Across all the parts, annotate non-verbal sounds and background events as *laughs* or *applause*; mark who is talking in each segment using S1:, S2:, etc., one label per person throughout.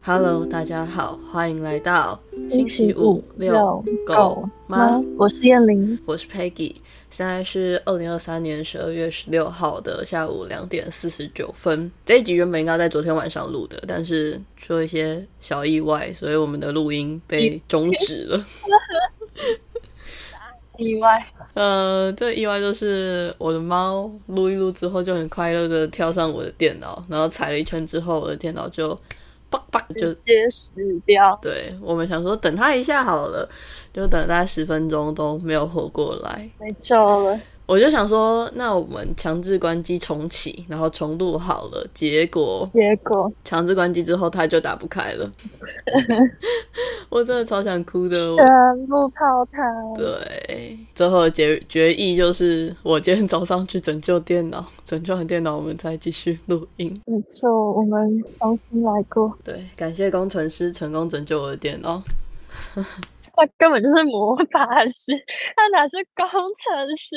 S1: Hello，大家好，欢迎来到
S2: 星期五
S1: 遛
S2: 遛
S1: 狗
S2: 狗
S1: 吗
S2: 吗？？我是燕玲，
S1: 我是 Peggy，现在是二零二三年十二月十六号的下午两点四十九分。这一集原本应该在昨天晚上录的，但是出了一些小意外，所以我们的录音被终止了。
S2: *laughs* 意外，
S1: 呃，最意外就是我的猫撸一撸之后就很快乐的跳上我的电脑，然后踩了一圈之后，我的电脑就叭叭就
S2: 直接死掉。
S1: 对我们想说等它一下好了，就等大概十分钟都没有活过来。
S2: 没救了，
S1: 我就想说，那我们强制关机重启，然后重录好了。结果
S2: 结果
S1: 强制关机之后，它就打不开了。我真的超想哭的。我
S2: 全部泡汤。
S1: 对，最后的决决议就是，我今天早上去拯救电脑，拯救完电脑，我们再继续录音。
S2: 没错，我们重新来过。
S1: 对，感谢工程师成功拯救我的电脑。
S2: 他根本就是魔法师，他哪是工程师？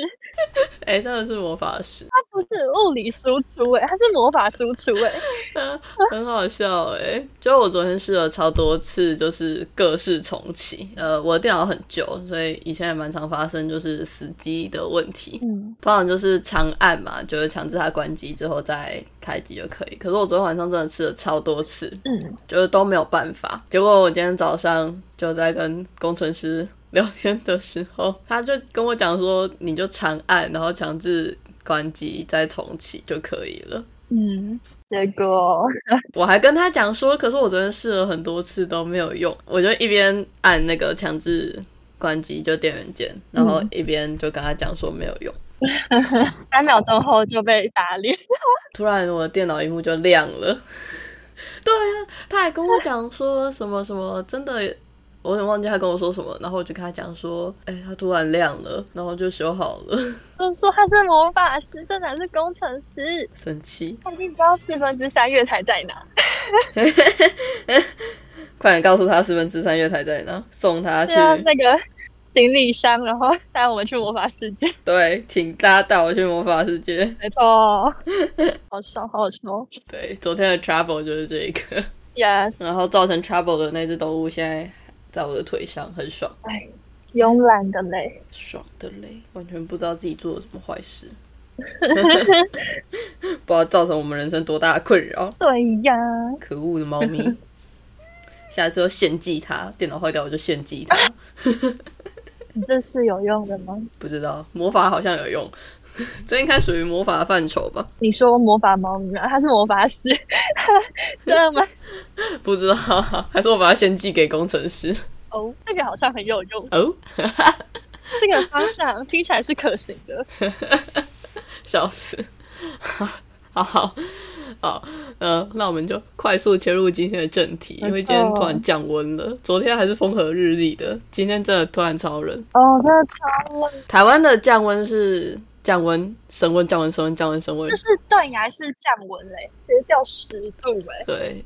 S1: 哎，真的是魔法师，
S2: 他不是物理输出哎、他是魔法输出哎、
S1: 很好笑哎、就我昨天试了超多次，就是各式重启。呃，我的电脑很旧，所以以前也蛮常发生就是死机的问题。
S2: 嗯，
S1: 通常就是长按嘛，就是强制它关机之后再开机就可以。可是我昨天晚上真的试了超多次，
S2: 嗯，
S1: 就是都没有办法。结果我今天早上就在跟工程师聊天的时候，他就跟我讲说，你就长按，然后强制关机再重启就可以了。
S2: 嗯，结果
S1: 我还跟他讲说，可是我昨天试了很多次都没有用，我就一边按那个强制关机就电源键，然后一边就跟他讲说没有用。
S2: 三秒钟后就被打脸。 *laughs*
S1: 突然我的电脑荧幕就亮了。 *laughs* 对啊，他还跟我讲说什么什么，真的，我有点忘记他跟我说什么，然后我就跟他讲说，哎、他突然亮了，然后就修好了， *laughs*
S2: 就说他是魔法师，这哪是工程师？
S1: 生气，
S2: 他已经知道四分之三月台在哪。
S1: 快点告诉他四分之三月台在哪，送他去
S2: 对，啊，那个行李箱，然后带我们去魔法世界。
S1: 对，请大家带我去魔法世界。
S2: 没错， *laughs* 好爽，好爽。
S1: 对，昨天的 trouble 就是这个，
S2: Yes，
S1: 然后造成 trouble 的那只动物现在在我的腿上，很爽，
S2: 慵懒的嘞。
S1: 爽的嘞，完全不知道自己做了什么坏事。 *laughs* 不知道造成我们人生多大的困扰。
S2: 对呀，
S1: 可恶的猫咪，下次要献祭它，电脑坏掉我就献祭它。
S2: 你这是有用的吗？
S1: 不知道魔法好像有用， *laughs* 这应该属于魔法的范畴吧？
S2: 你说魔法猫咪啊，它是魔法师， *laughs* 真的吗？
S1: 不知道，还是我把它献祭给工程师？
S2: 哦，这个好像很有用，
S1: 哦，
S2: 这个方向听起来是可行的。
S1: 笑死！ *laughs* 好好好，呃，那我们就快速切入今天的正题，因为今天突然降温了，昨天还是风和日丽的，今天真的突然超冷。
S2: 哦，真的超冷，
S1: 台湾的降温是降温、升温、降温、升温、降温、升温
S2: 这，是断崖式降温嘞，直接掉十度哎，
S1: 对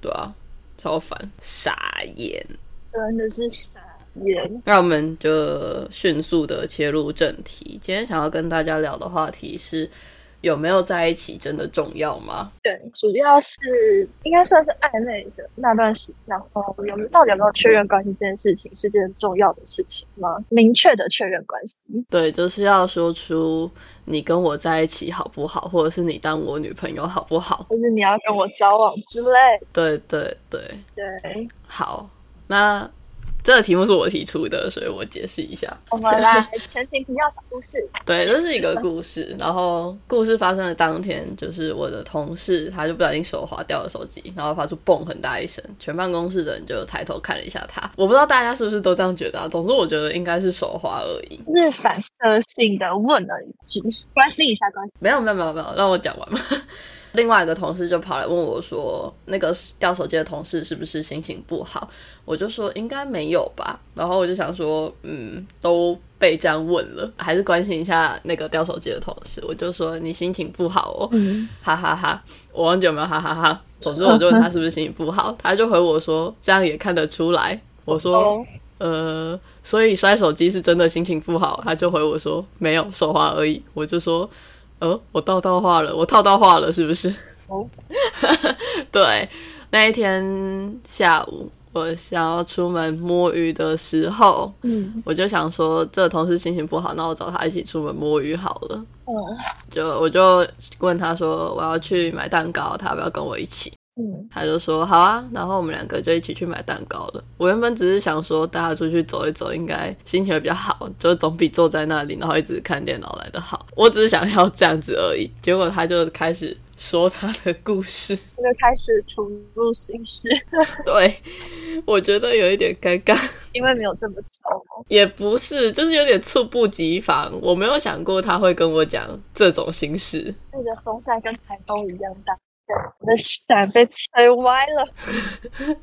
S1: 对啊，超烦，傻眼。
S2: 真的是傻眼。
S1: 那我们就迅速的切入正题，今天想要跟大家聊的话题是。有没有在一起真的重要吗？
S2: 对，主要是应该算是暧昧的那段时，然后有到底有没有确认关系这件事情是件重要的事情吗？明确的确认关系，
S1: 对，就是要说出你跟我在一起好不好，或者是你当我女朋友好不好？
S2: 或是你要跟我交往之类。
S1: 对对对，
S2: 对，
S1: 好，那这个题目是我提出的，所以我解释一下。
S2: 我们来前情提要小故事。
S1: 对，这是一个故事。然后故事发生的当天，就是我的同事他就不小心手滑掉了手机，然后发出嘣很大一声，全办公室的人就抬头看了一下他。我不知道大家是不是都这样觉得啊？总之我觉得应该是手滑而已。
S2: 是反射性的问了一句，关心一下关心。
S1: 没有没有没有没有，让我讲完嘛。 *laughs* 另外一个同事就跑来问我说，那个掉手机的同事是不是心情不好？我就说应该没有吧。然后我就想说，嗯，都被这样问了，还是关心一下那个掉手机的同事。我就说你心情不好哦，
S2: 嗯，
S1: 哈哈哈，我忘记有没有哈哈哈。总之我就问他是不是心情不好，他就回我说这样也看得出来。我说、
S2: 哦，
S1: 呃，所以摔手机是真的心情不好，他就回我说没有手滑而已，我就说，呃，我套到话了，我套到话了，是不是？
S2: 哦
S1: *laughs* 对，那一天下午，我想要出门摸鱼的时候，
S2: 嗯
S1: 我就想说，这个同事心情不好，那我找他一起出门摸鱼好了。
S2: 嗯
S1: 就我就问他说，我要去买蛋糕，他要不要跟我一起？
S2: 嗯，
S1: 他就说好啊，然后我们两个就一起去买蛋糕了。我原本只是想说，带他出去走一走，应该心情会比较好，就总比坐在那里然后一直看电脑来的好。我只是想要这样子而已，结果他就开始说他的故事。
S2: 我就开始吐露心事，
S1: 对，我觉得有一点尴尬，
S2: 因为没有这么熟。
S1: 也不是，就是有点猝不及防。我没有想过他会跟我讲这种心事。
S2: 那个风扇跟台风一样大，对我的伞被吹歪了，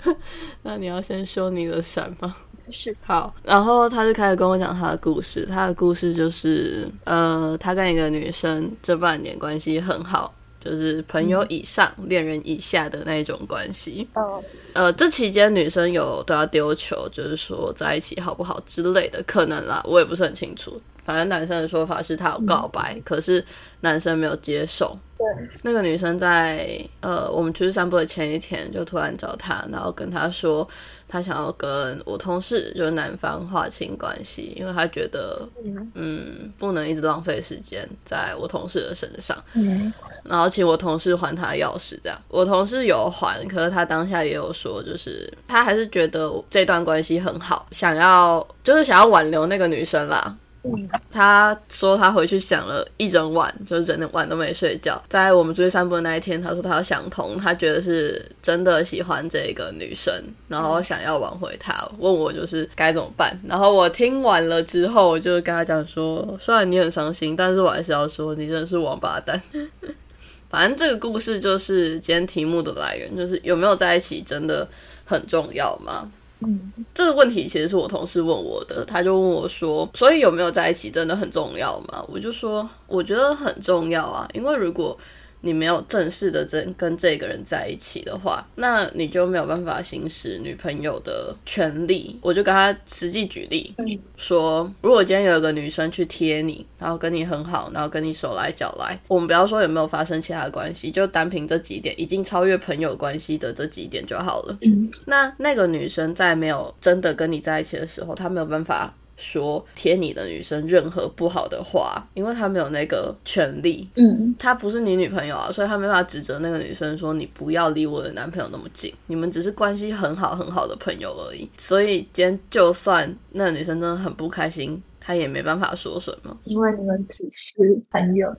S1: 那你要先修你的伞吗？
S2: 就是
S1: 好，然后他就开始跟我讲他的故事。他的故事就是，呃，他跟一个女生这半年关系很好，就是朋友以上、恋人以下的那一种关系。
S2: 嗯
S1: 呃，这期间女生有对他丢球，就是说在一起好不好之类的，可能啦，我也不是很清楚。反正男生的说法是他有告白，可是男生没有接受。
S2: 对，
S1: 那个女生在呃，我们出去散步的前一天，就突然找他，然后跟他说，她想要跟我同事，就是男方划清关系，因为她觉得，
S2: 嗯
S1: 嗯，不能一直浪费时间在我同事的身上。
S2: 嗯
S1: 然后请我同事还他钥匙，这样我同事有还，可是他当下也有说，就是他还是觉得这段关系很好，想要就是想要挽留那个女生啦。
S2: 嗯，
S1: 他说他回去想了一整晚，就是整晚都没睡觉。在我们出去散步的那一天，他说他要想通，他觉得是真的喜欢这个女生，然后想要挽回她。问我就是该怎么办。然后我听完了之后，我就跟他讲说，虽然你很伤心，但是我还是要说，你真的是王八蛋。 *laughs* 反正这个故事就是今天题目的来源，就是有没有在一起真的很重要吗？
S2: 嗯，
S1: 这个问题其实是我同事问我的，他就问我说：“所以有没有在一起真的很重要吗？”我就说：“我觉得很重要啊，因为如果你没有正式的真跟这个人在一起的话，那你就没有办法行使女朋友的权利。”我就跟他实际举例
S2: 嗯
S1: 说：“如果今天有一个女生去贴你，然后跟你很好，然后跟你手来脚来，我们不要说有没有发生其他的关系，就单凭这几点，已经超越朋友关系的这几点就好了。”
S2: 嗯
S1: 那那个女生在没有真的跟你在一起的时候，她没有办法说贴你的女生任何不好的话，因为她没有那个权利。
S2: 嗯
S1: 她不是你女朋友啊，所以她没办法指责那个女生说你不要离我的男朋友那么近，你们只是关系很好很好的朋友而已。所以今天就算那个女生真的很不开心，她也没办法说什么。
S2: 因为你们只是朋友，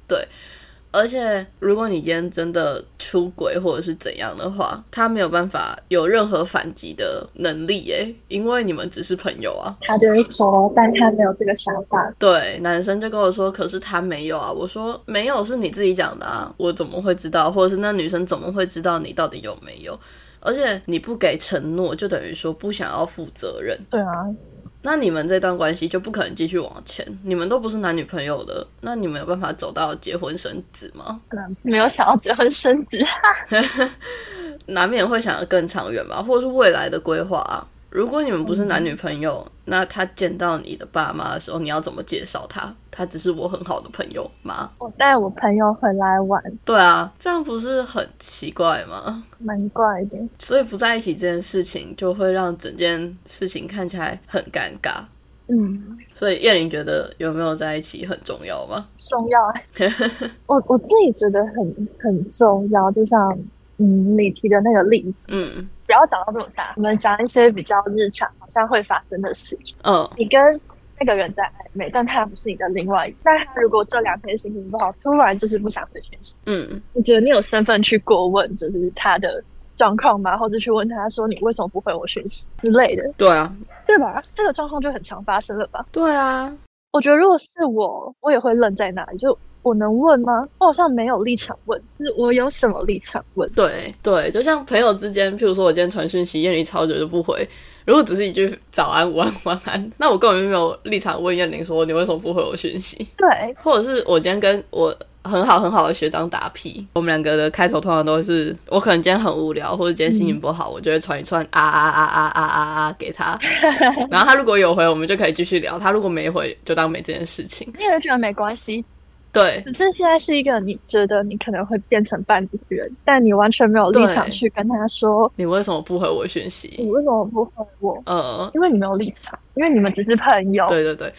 S1: 而且，如果你今天真的出轨或者是怎样的话，他没有办法有任何反击的能力耶，因为你们只是朋友啊。
S2: 他就会说，但他没有这个想法，
S1: 对，男生就跟我说，可是他没有啊。我说没有是你自己讲的啊，我怎么会知道？或者是那女生怎么会知道你到底有没有？而且你不给承诺，就等于说不想要负责任。
S2: 对啊，
S1: 那你们这段关系就不可能继续往前，你们都不是男女朋友的，那你们有办法走到结婚生子吗？
S2: 可能啊没有想要结婚生子， *laughs*
S1: 难免会想得更长远吧，或者是未来的规划啊。如果你们不是男女朋友，那他见到你的爸妈的时候，你要怎么介绍他？他只是我很好的朋友吗？
S2: 我带我朋友回来玩，
S1: 对啊，这样不是很奇怪吗？
S2: 蛮怪的，
S1: 所以不在一起这件事情，就会让整件事情看起来很尴尬。
S2: 嗯，
S1: 所以叶玲觉得有没有在一起很重要吗？
S2: 重要 *laughs* 啊。我我自己觉得很很重要，就像嗯你提的那个例子，
S1: 嗯
S2: 不要讲到这么大，我们讲一些比较日常好像会发生的事情。
S1: 嗯
S2: 你跟那个人在暧昧，但他不是你的另外一，但他如果这两天心情不好，突然就是不想回讯息，
S1: 嗯
S2: 你觉得你有身份去过问，就是他的。状况吗？或者去问他说你为什么不回我讯息之类的，
S1: 对啊，
S2: 对吧？这个状况就很常发生了吧？
S1: 对啊，
S2: 我觉得如果是我，我也会愣在那里。就我能问吗？我好像没有立场问，就是我有什么立场问？
S1: 对对，就像朋友之间，譬如说我今天传讯息，燕玲超久就不回，如果只是一句早安、午安、晚安，那我根本就没有立场问燕玲说你为什么不回我讯息， *laughs*
S2: 对，
S1: 或者是我今天跟我很好很好的学长打屁，我们两个的开头通常都是我可能今天很无聊，或者今天心情不好，我就会传一串啊啊啊啊啊啊啊给他， *laughs* 然后他如果有回，我们就可以继续聊；他如果没回，就当没这件事情。
S2: 你也觉得没关系，
S1: 对，
S2: 只是现在是一个你觉得你可能会变成半的人，但你完全没有立场
S1: 对
S2: 去跟他说
S1: 你为什么不回我讯
S2: 你
S1: 息？
S2: 为什么不回我，
S1: 呃，
S2: 因为你没有立场，因为你们只是朋友。
S1: 对对对，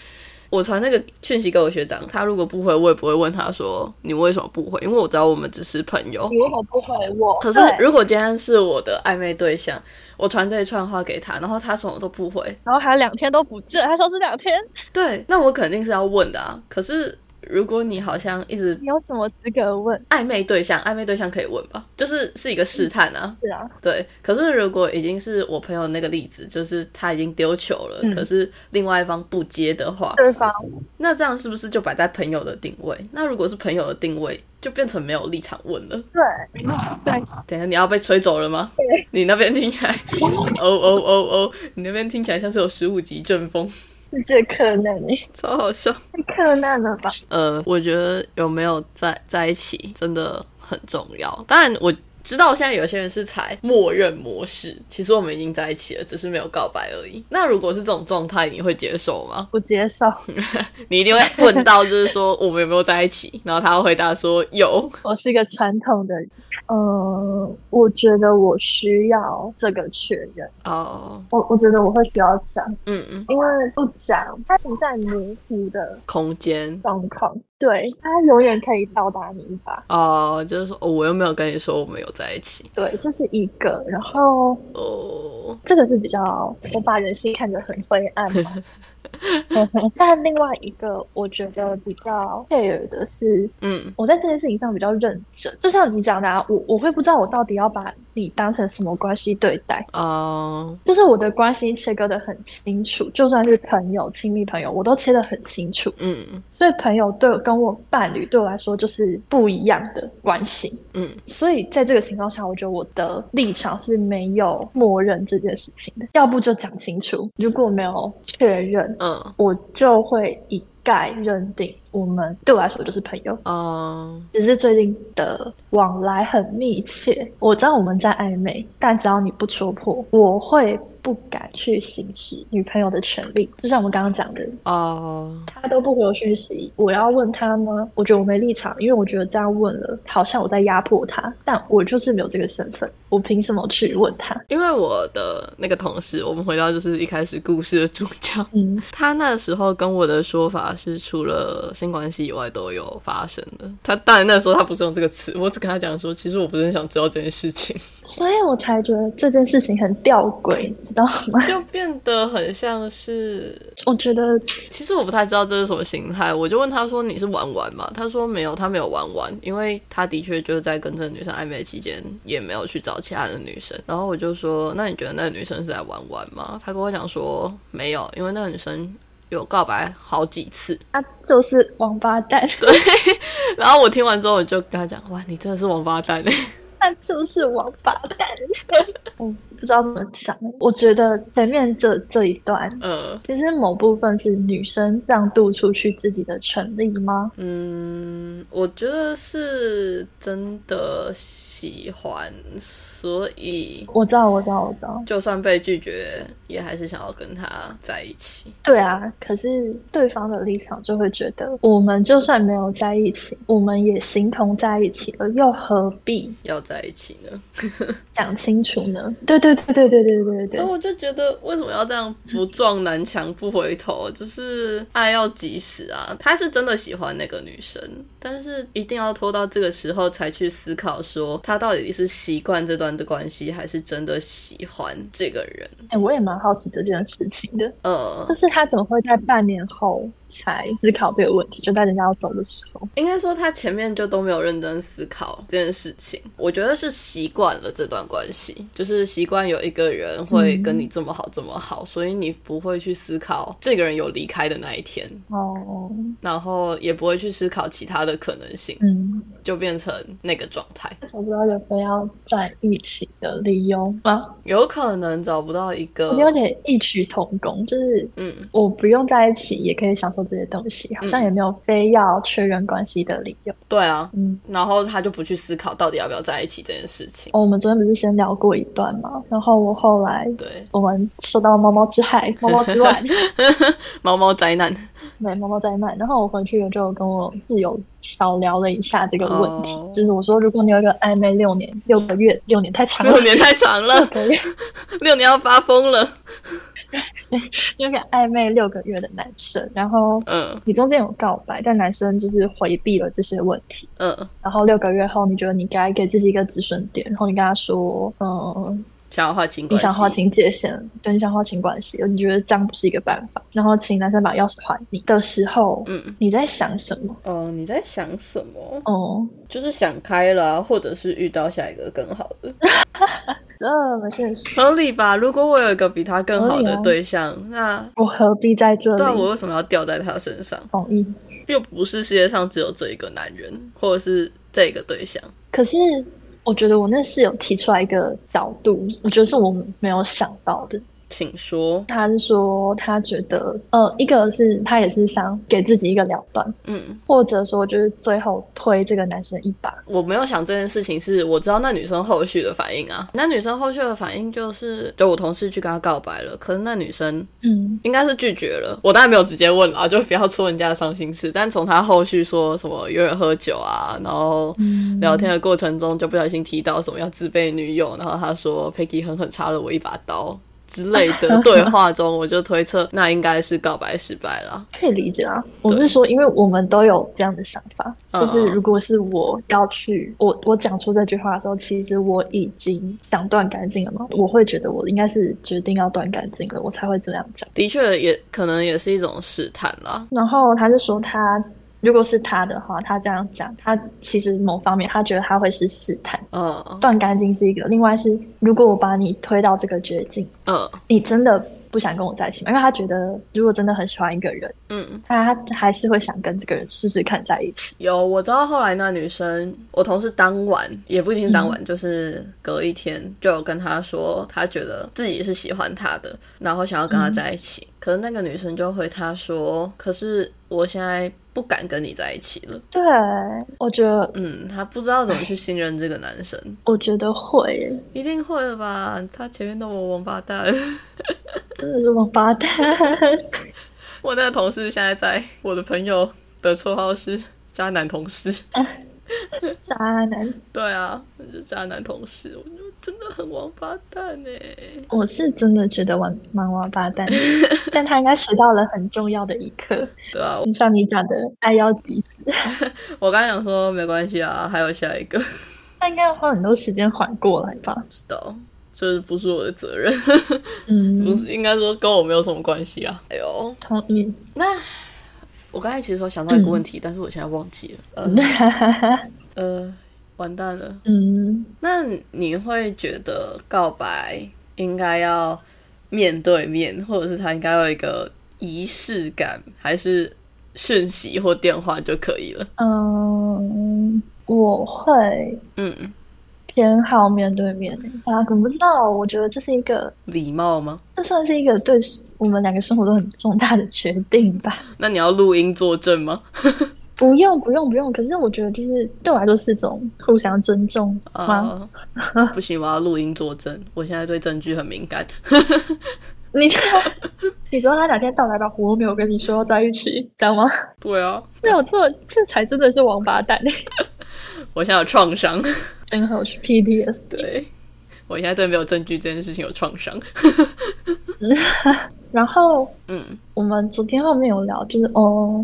S1: 我传那个讯息给我学长，他如果不回，我也不会问他说你为什么不回，因为我知道我们只是朋友。
S2: 你为什么不回我？
S1: 可是
S2: 对
S1: 如果今天是我的暧昧对象，我传这一串话给他，然后他什么都不回，
S2: 然后还有两天都不见，他说是两天，
S1: 对，那我肯定是要问的啊。可是如果你好像一直
S2: 你有什么资格问？
S1: 暧昧对象，暧昧对象可以问吧，就是是一个试探啊。
S2: 是啊，
S1: 对，可是如果已经是我朋友那个例子，就是他已经丢球了，
S2: 嗯
S1: 可是另外一方不接的话，
S2: 对方
S1: 那这样是不是就摆在朋友的定位？那如果是朋友的定位，就变成没有立场问了。
S2: 对对，
S1: 等一下你要被吹走了吗？你那边听起来，哦哦哦哦，你那边听起来像是有十五级阵风，
S2: 是这可能，
S1: *laughs* 超好笑。
S2: *laughs* 太可能了吧？
S1: 呃，我觉得有没有在在一起真的很重要。当然，我知道现在有些人是采默认模式，其实我们已经在一起了，只是没有告白而已。那如果是这种状态，你会接受吗？
S2: 不接
S1: *laughs*
S2: 受，
S1: 你一定会问到，就是说我们有没有在一起？然后他会回答说有。
S2: 我是一个传统的人，嗯，我觉得我需要这个确认，
S1: 哦，
S2: 我我觉得我会需要讲，
S1: 嗯嗯，
S2: 因为不讲，它存在模糊的
S1: 空间。
S2: 状况，对，它永远可以到达你吧。
S1: 哦，就是说、哦我又没有跟你说我们有在一起。
S2: 对，这是一个，然后
S1: 哦，
S2: 这个是比较我把人性看得很灰暗嘛。但另外一个我觉得比较 care 的是，
S1: 嗯，
S2: 我在这件事情上比较认真。就像你讲的、啊，我我会不知道我到底要把你当成什么关系对待，
S1: 哦，
S2: 就是我的关系切割的很清楚，就算是朋友、亲密朋友，我都切得很清楚。
S1: 嗯
S2: 所以朋友对我跟我伴侣对我来说就是不一样的关系。
S1: 嗯，
S2: 所以在这个情况下，我觉得我的立场是没有默认这件事情的，要不就讲清楚，如果没有确认，
S1: 嗯，
S2: 我就会一概认定我们对我来说就是朋友。
S1: 哦，
S2: 只是最近的往来很密切，我知道我们在暧昧，但只要你不戳破，我会不敢去行使女朋友的权利。就像我们刚刚讲的，
S1: 哦。
S2: 他都不回我讯息，我要问他吗？我觉得我没立场，因为我觉得这样问了，好像我在压迫他，但我就是没有这个身份，我凭什么去问他？
S1: 因为我的那个同事，我们回到就是一开始故事的主角，
S2: 嗯，
S1: 他那时候跟我的说法是，除了性关系以外都有发生的。他当然那时候他不是用这个词，我只跟他讲说，其实我不是很想知道这件事情，
S2: 所以我才觉得这件事情很吊诡，你知道
S1: *laughs*
S2: 吗？
S1: 就变得很像是，
S2: 我觉得
S1: 其实我不太知道这是什么形态。我就问他说，你是玩玩吗？他说没有，他没有玩玩，因为他的确就是在跟这个女生暧昧期间，也没有去找其他的女生。然后我就说，那你觉得那个女生是在玩玩吗？他跟我讲说没有，因为那个女生。有告白好几次， *laughs*
S2: 他就是王八蛋，
S1: 然后我听完之后，我就跟他讲：“哇，你真的是王八蛋！”
S2: 他就是王八蛋。 *laughs* 我不知道怎么讲，我觉得前面这这一段。
S1: 呃，
S2: 其实某部分是女生让渡出去自己的权利吗？
S1: 嗯，我觉得是真的喜欢，所以
S2: 我知道，我知道，我知道。
S1: 就算被拒绝，也还是想要跟他在一起。
S2: 对啊，可是对方的立场就会觉得，我们就算没有在一起，我们也形同在一起了，又何必
S1: 要在一起呢？
S2: 讲清楚呢？对对对对对对对对
S1: 那
S2: 对，
S1: 我就觉得为什么要这样不撞南墙不回头？就是爱要及时啊！他是真的喜欢那个女生，但是一定要拖到这个时候才去思考，说他到底是习惯这段的关系，还是真的喜欢这个人？
S2: 哎、我也蛮好奇这件事情的，
S1: 呃
S2: 就，是他怎么会在半年后才思考这个问题，就在人家要走的时候，
S1: 应该说他前面就都没有认真思考这件事情，我觉得是习惯了这段关系，就是习惯有一个人会跟你这么好这么好，所以你不会去思考这个人有离开的那一天，
S2: 哦，
S1: 然后也不会去思考其他的可能性。
S2: 嗯，
S1: 就变成那个状态，
S2: 找不到有非要在一起的理由吗？
S1: 有可能找不到一
S2: 我觉得有
S1: 个，
S2: 点异曲同工，就是
S1: 嗯，
S2: 我不用在一起也可以享受这些东西，好像也没有非要确认关系的理由。
S1: 对啊，
S2: 嗯，
S1: 然后他就不去思考到底要不要在一起这件事情，
S2: 哦，我们昨天不是先聊过一段吗？然后我后来
S1: 对，
S2: 我们受到猫猫之害、猫猫
S1: *laughs*
S2: 之乱，
S1: 猫猫灾难，
S2: 对，猫猫灾难。然后我回去我就跟我室友小聊了一下这个问题
S1: 哦
S2: 就是我说，如果你有一个暧昧六年、六个月、六年太长了
S1: 六，年太长了，
S2: 可以
S1: 六年要发疯了，
S2: 有一个暧昧六个月的男生，然后
S1: 嗯
S2: 你中间有告白，但男生就是回避了这些问题。
S1: 嗯，
S2: 然后六个月后，你觉得你该给自己一个止损点，然后你跟他说，嗯，
S1: 想要划清
S2: 你
S1: 关系，
S2: 想划清界限，对，你想划清关系，你觉得这样不是一个办法，然后请男生把钥匙还你的时候，
S1: 嗯，
S2: 你在想什么？
S1: 哦，你在想什么？
S2: 哦、
S1: 就是想开了啊、或者是遇到下一个更好的，
S2: 这么现实，
S1: *laughs* 合理吧？如果我有一个比他更好
S2: 合理
S1: 的
S2: 啊
S1: 对象，那
S2: 我何必在这
S1: 对啊，我
S2: 里？
S1: 为什么要掉在他身上？
S2: 同意。
S1: 又不是世界上只有这一个男人，或者是这个对象。
S2: 可是我觉得我那室友提出来一个角度，我觉得是我没有想到的。
S1: 请说，
S2: 他是说他觉得，呃，一个是他也是想给自己一个了断，
S1: 嗯，
S2: 或者说就是最后推这个男生一把。
S1: 我没有想这件事情是，我知道那女生后续的反应啊，那女生后续的反应就是，就我同事去跟她告白了，可是那女生
S2: 嗯，
S1: 应该是拒绝了，我当然没有直接问啦，就不要戳人家的伤心事，但从她后续说什么约人喝酒啊，然后
S2: 嗯
S1: 聊天的过程中就不小心提到什么要自备女友，然后他说 Peggy 狠狠插了我一把刀之类的对话中，我就推测那应该是告白失败了。
S2: 可以理解啊。我是说，因为我们都有这样的想法，
S1: 嗯
S2: 就是如果是我要去，我我讲出这句话的时候，其实我已经想断干净了嘛，我会觉得我应该是决定要断干净了，我才会这样讲。
S1: 的确也可能也是一种试探啦。
S2: 然后他就说他。如果是他的话，他这样讲，他其实某方面他觉得他会是试探，
S1: 嗯
S2: 断干净是一个，另外是如果我把你推到这个绝境，
S1: 嗯
S2: 你真的不想跟我在一起吗？因为他觉得如果真的很喜欢一个人，
S1: 嗯，
S2: 他还是会想跟这个人试试看在一起。
S1: 有我知道后来那女生，我同事当晚也不一定是当晚，就是隔一天就有跟她说，她觉得自己是喜欢他的，然后想要跟他在一起。可是那个女生就回她说，可是我现在不敢跟你在一起了。
S2: 对，我觉得，
S1: 嗯，他不知道怎么去信任这个男生，
S2: 我觉得会耶，
S1: 一定会的吧？他前面都我王八蛋， *laughs*
S2: 真的是王八蛋。
S1: 我那个同事现在在我的朋友的绰号是渣男同事， *laughs*
S2: 渣男，
S1: 对啊，就是渣男同事，我就真的很王八蛋哎、
S2: 我是真的觉得王蛮王八蛋
S1: *laughs*
S2: 的，但他应该学到了很重要的一课，
S1: 对啊，我
S2: 像你讲的爱要及时，
S1: 我刚才想说没关系啊，还有下一个， *laughs* 不
S2: 他应该要花很多时间缓过来吧。
S1: 知道。就是不是我的责任， *laughs*
S2: 嗯
S1: 不，是应该说跟我没有什么关系啊。哎呦，
S2: 同意。
S1: 那我刚才其实说想到一个问题，但是我现在忘记了，呃呃，完蛋了。
S2: 嗯，
S1: 那你会觉得告白应该要面对面，或者是它应该有一个仪式感，还是讯息或电话就可以了？
S2: 嗯，我会
S1: 嗯，
S2: 偏好面对面啊，可能不知道，我觉得这是一个，
S1: 礼貌吗？
S2: 这算是一个对我们两个生活都很重大的决定吧。
S1: 那你要录音作证吗？
S2: 不用，不用，不用。可是我觉得，就是对我来说是一种互相尊重吗？
S1: 啊、 *laughs* 不行，我要录音作证。我现在对证据很敏感。 *laughs*
S2: 你 *laughs* 你说他哪天到来把我没有跟你说要在一起，知道吗？
S1: 对啊，
S2: *laughs* 没有错，这才真的是王八蛋，
S1: 我现在有创伤。
S2: *laughs*
S1: *laughs*
S2: 真好是 PDS。
S1: 对，我现在对没有证据这件事情有创伤。 *laughs*
S2: 然后
S1: 嗯
S2: 我们昨天后面有聊，就是哦，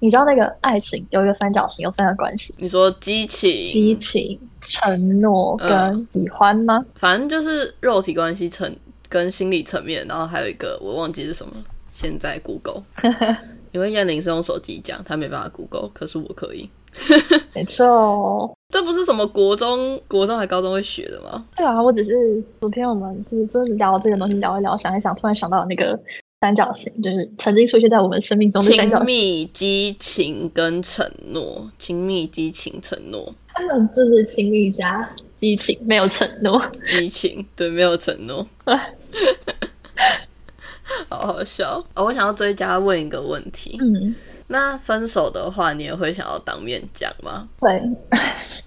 S2: 你知道那个爱情有一个三角形，有三个关系。
S1: 你说激情，
S2: 激情、承诺跟
S1: 嗯
S2: 喜欢吗？
S1: 反正就是肉体关系层跟心理层面，然后还有一个我忘记是什么了，现在
S2: *laughs*
S1: Google，因为燕玲是用手机讲，她没办法 Google，可是我可以。
S2: 没错哦，
S1: 这不是什么国中、国中还高中会学的吗？
S2: 对啊，我只是昨天我们就是就是聊这个东西，聊一聊，想一想，突然想到那个三角形，就是曾经出现在我们生命中的三角
S1: 亲
S2: 形。
S1: 密、激情跟承诺，亲密、激情、承诺，
S2: 他们就是亲密加激情，没有承诺。
S1: 激情， *laughs* 对，没有承诺， *laughs* 好好笑哦！我想要追加问一个问题，
S2: 嗯，
S1: 那分手的话，你也会想要当面讲吗？
S2: 对，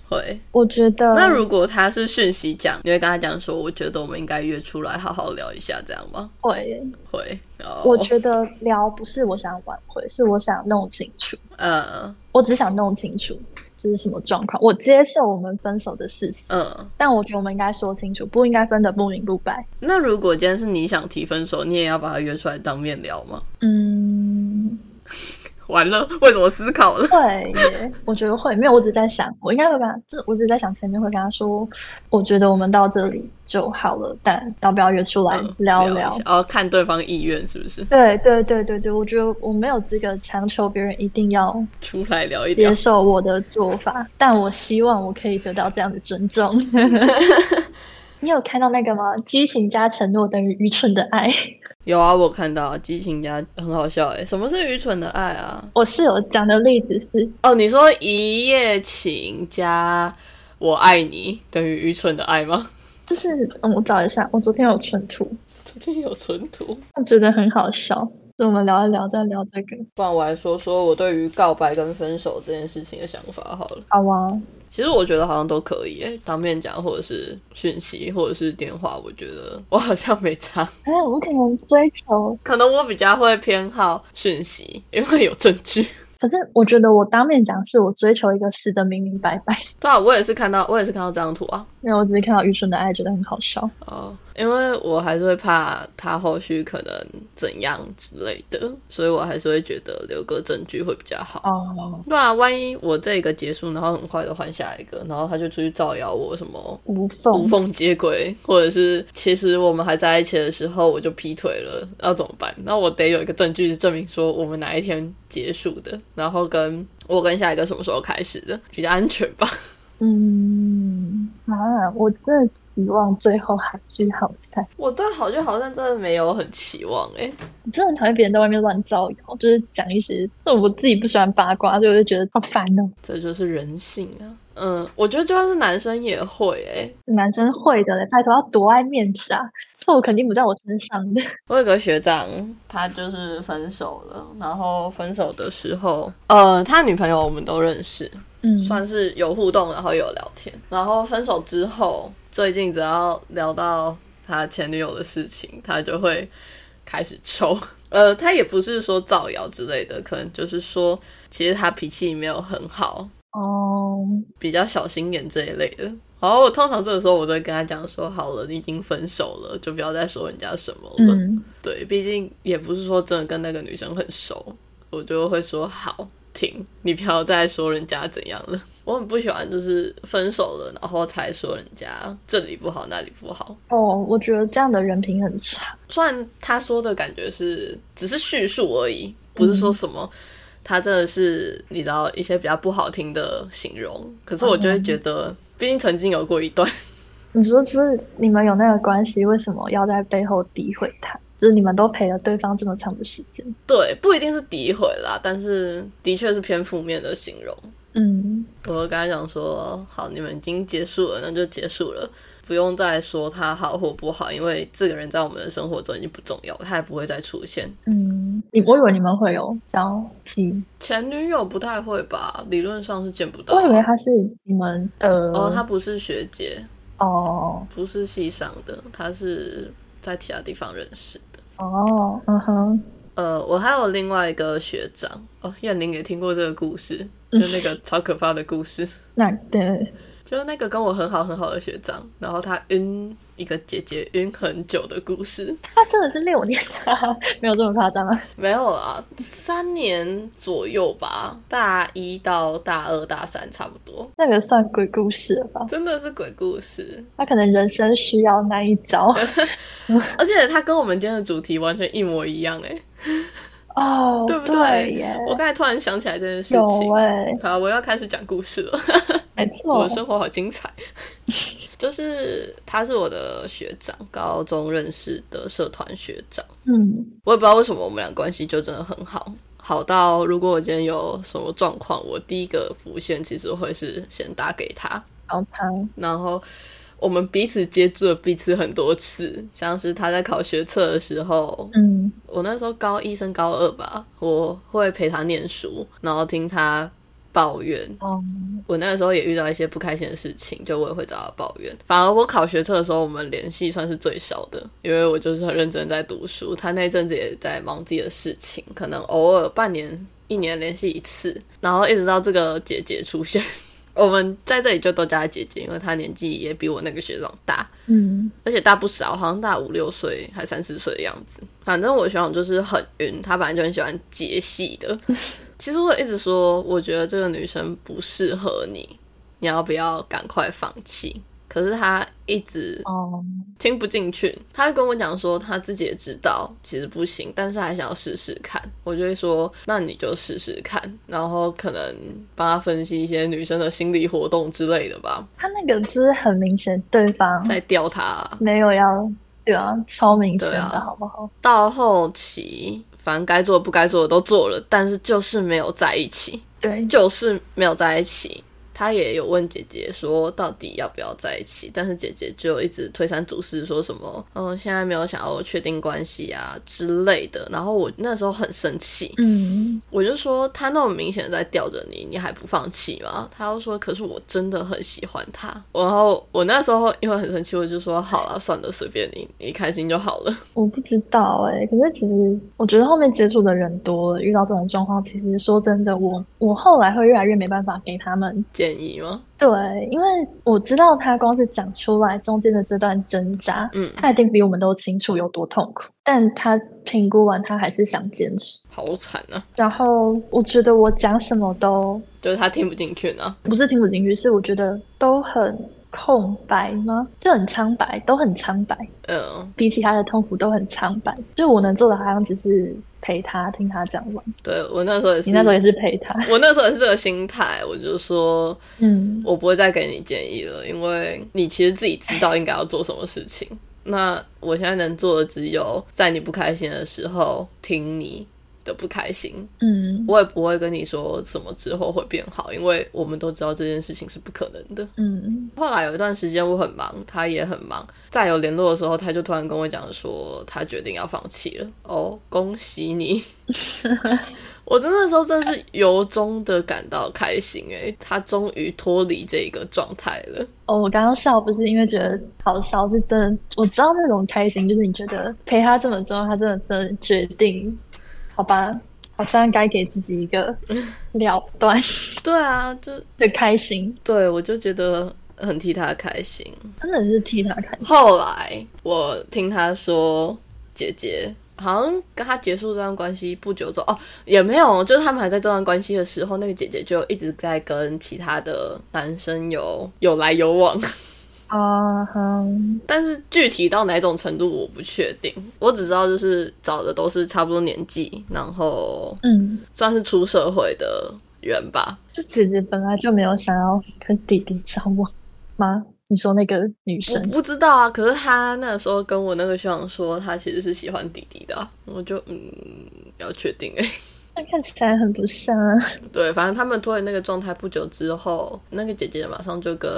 S1: 会。
S2: 我觉得
S1: 那如果他是讯息讲，你会跟他讲说，我觉得我们应该约出来好好聊一下，这样吗？
S2: 会，
S1: 会。哦、
S2: 我觉得聊不是我想挽回，是我想弄清楚。
S1: 嗯
S2: 我只想弄清楚就是什么状况，我接受我们分手的事实，
S1: 嗯。
S2: 但我觉得我们应该说清楚，不应该分得不明不白。
S1: 那如果今天是你想提分手，你也要把他约出来当面聊吗？
S2: 嗯，
S1: 完了，为什么思考了？
S2: 会耶，我觉得会。没有，我只是在想，我应该会跟他，就是我只是在想前面会跟他说，我觉得我们到这里就好了，但要不要约出来
S1: 嗯
S2: 聊
S1: 一
S2: 聊？
S1: 下哦，看对方意愿是不是？
S2: 对对对对对，我觉得我没有资格强求别人一定要
S1: 出来聊一聊
S2: 接。受我的做法，但我希望我可以得到这样的尊重。 *laughs* 你有看到那个吗？激情加承诺等于愚蠢的爱。 *laughs*
S1: 有啊，我看到激情家很好笑诶。什么是愚蠢的爱啊？
S2: 我室友讲的例子是，
S1: 哦，你说一夜情加我爱你等于愚蠢的爱 *laughs* 吗？
S2: 就是嗯，我找一下，我昨天有存图，
S1: 昨天有存图，
S2: 我觉得很好笑。就我们聊一聊，再聊这个，
S1: 不然我来说说我对于告白跟分手这件事情的想法好了。
S2: 好啊。
S1: 其实我觉得好像都可以诶，当面讲或者是讯息或者是电话，我觉得 *laughs* 我好像没差。
S2: 哎，我可能追求，
S1: 可能我比较会偏好讯息，因为有证据。 *laughs*
S2: 可是我觉得我当面讲，是我追求一个死的明明白白。 *laughs*
S1: 对啊，我也是看到，我也是看到这张图啊。
S2: 因为我只是看到愚蠢的爱，觉得很好笑。
S1: 哦，因为我还是会怕他后续可能怎样之类的，所以我还是会觉得留个证据会比较好。
S2: 哦，
S1: 对啊，万一我这个结束，然后很快的换下一个，然后他就出去造谣我什么
S2: 无缝
S1: 无缝接轨，或者是其实我们还在一起的时候我就劈腿了，要怎么办？那我得有一个证据证明说我们哪一天结束的，然后跟我跟下一个什么时候开始的，比较安全吧。
S2: 嗯啊，我真的期望最后还是好散。
S1: 我对好聚好散真的没有很期望诶、
S2: 我真的很讨厌别人在外面乱造谣，就是讲一些，就我自己不喜欢八卦，所以我就觉得好烦哦。
S1: 这就是人性啊。嗯，我觉得就算是男生也会欸诶、
S2: 男生会的嘞，拜托要多爱啊面子啊！错肯定不在我身上的。
S1: 我有个学长，他就是分手了，然后分手的时候，呃，他女朋友我们都认识，
S2: 嗯
S1: 算是有互动，然后有聊天。然后分手之后，最近只要聊到他前女友的事情，他就会开始抽。 *laughs* 呃，他也不是说造谣之类的，可能就是说，其实他脾气没有很好，
S2: 哦，
S1: 比较小心眼这一类的。然后我通常这个时候，我都会跟他讲说，好了，你已经分手了，就不要再说人家什么了。
S2: 嗯，
S1: 对，毕竟也不是说真的跟那个女生很熟，我就会说好停，你不要再说人家怎样了。我很不喜欢就是分手了，然后才说人家这里不好那里不好。
S2: 哦，我觉得这样的人品很差。
S1: 虽然他说的感觉是只是叙述而已，不是说什么。
S2: 嗯
S1: 他真的是你知道一些比较不好听的形容，可是我就会觉
S2: 嗯
S1: 得，毕竟曾经有过一段， *laughs*
S2: 你说，就是你们有那个关系，为什么要在背后诋毁他？就是你们都陪了对方这么长的时间。
S1: 对，不一定是诋毁啦，但是的确是偏负面的形容。
S2: 嗯，
S1: 我就跟他讲说，好，你们已经结束了，那就结束了，不用再说他好或不好，因为这个人在我们的生活中已经不重要，他也不会再出现。
S2: 嗯，你我以为你们会有交集，
S1: 前女友不太会吧？理论上是见不到
S2: 我
S1: 啊、
S2: 以为他是你们呃
S1: 哦，她不是学姐，
S2: 哦
S1: 不是系上的，她是在其他地方认识的。
S2: 哦嗯哼，
S1: 呃，我还有另外一个学长哦，燕玲也听过这个故事，就那个超可怕的故事。 *laughs*
S2: 那对
S1: 就是那个跟我很好很好的学长，然后他晕一个姐姐晕很久的故事， *laughs*
S2: 他真的是六年，没有这么夸张啊。
S1: 没有啦，三年左右吧，大一到大二、大三差不多，
S2: 那个算鬼故事了吧？
S1: 真的是鬼故事，
S2: 他可能人生需要那一招
S1: *laughs* 而且他跟我们今天的主题完全一模一样哎、
S2: 哦，
S1: 对不对
S2: 耶，
S1: 我刚才突然想起来这件事情
S2: 有。哎，
S1: 好，我要开始讲故事了。
S2: 没
S1: 我
S2: 错
S1: 的，生活好精彩。 *laughs* 就是他是我的学长，高中认识的社团学长。
S2: 嗯
S1: 我也不知道为什么我们俩关系就真的很好。好到如果我今天有什么状况，我第一个浮现其实会是先打给他，
S2: 然后他
S1: 然后我们彼此接触了彼此很多次，像是他在考学测的时候，
S2: 嗯，
S1: 我那时候高一升高二吧，我会陪他念书，然后听他抱怨。
S2: 哦，
S1: 我那个时候也遇到一些不开心的事情，就我也会找他抱怨。反而我考学测的时候，我们联系算是最少的，因为我就是很认真在读书，他那阵子也在忙自己的事情，可能偶尔半年、一年联系一次，然后一直到这个姐姐出现。 *laughs* 我们在这里就都叫她姐姐，因为她年纪也比我那个学长大。
S2: 嗯，
S1: 而且大不少，好像大五六岁还三四岁的样子。反正我学长就是很晕，他本来就很喜欢杰系的。其实我一直说，我觉得这个女生不适合你，你要不要赶快放弃？可是他一直
S2: 哦，
S1: 听不进去，他就跟我讲说他自己也知道其实不行，但是还想要试试看。我就会说，那你就试试看，然后可能帮他分析一些女生的心理活动之类的吧，
S2: 他那个就是很明显，对方
S1: 再吊他。
S2: 没有要，对啊，超明显
S1: 对啊
S2: 的好不好？
S1: 到后期，反正该做不该做的都做了，但是就是没有在一起，
S2: 对，
S1: 就是没有在一起。他也有问姐姐说到底要不要在一起，但是姐姐就一直推三阻四，说什么嗯现在没有想要确定关系啊之类的。然后我那时候很生气，
S2: 嗯，
S1: 我就说他那么明显的在吊着你，你还不放弃吗？他又说可是我真的很喜欢他。然后我那时候因为很生气，我就说好了算了，随便你，你开心就好了。 *laughs*
S2: 我不知道哎、可是其实我觉得后面接触的人多了，遇到这种状况，其实说真的，我我后来会越来越没办法给他们。
S1: 建议吗？
S2: 对，因为我知道他光是讲出来中间的这段挣扎，
S1: 嗯，
S2: 他一定比我们都清楚有多痛苦，但他评估完，他还是想坚持。
S1: 好惨啊！
S2: 然后我觉得我讲什么都
S1: 就是他听不进去呢。
S2: 不是听不进去，是我觉得都很空白吗？就很苍白，都很苍白，
S1: 嗯，
S2: 比起他的痛苦都很苍白。就我能做的，好像只是陪他，听他讲完。
S1: 对我那时候也是，
S2: 你那时候也是陪他，
S1: 我那时候也是这个心态，我就说
S2: 嗯，
S1: 我不会再给你建议了，因为你其实自己知道应该要做什么事情。那我现在能做的只有在你不开心的时候听你的不开心，
S2: 嗯
S1: 我也不会跟你说什么之后会变好，因为我们都知道这件事情是不可能的。
S2: 嗯，
S1: 后来有一段时间我很忙，他也很忙。再有联络的时候，他就突然跟我讲说，他决定要放弃了。哦，恭喜你！我真的时候真是由衷的感到开心诶、他终于脱离这个状态了。
S2: 哦，我刚刚笑不是因为觉得好笑，是真的，我知道那种开心，就是你觉得陪他这么重要，他真的真的决定，好吧，好像该给自己一个了断
S1: 对啊，就
S2: 的开心，
S1: 对我就觉得很替他开心。
S2: 真的是替他开心。
S1: 后来我听他说，姐姐好像跟他结束这段关系不久之后，哦，也没有，就是他们还在这段关系的时候，那个姐姐就一直在跟其他的男生有有来有往， *laughs*
S2: 啊哈，
S1: 但是具体到哪种程度我不确定，我只知道就是找的都是差不多年纪，然后
S2: 嗯，
S1: 算是出社会的人吧。
S2: 就姐姐本来就没有想要跟弟弟交往吗？你说那个女
S1: 我
S2: 生，
S1: 不知道啊，可是他那时候跟我那个学长说，他其实是喜欢弟弟的啊、我就嗯，要确定哎、
S2: 那看起来很不像 *laughs* 啊。
S1: 对，反正他们脱离那个状态不久之后，那个姐姐马上就跟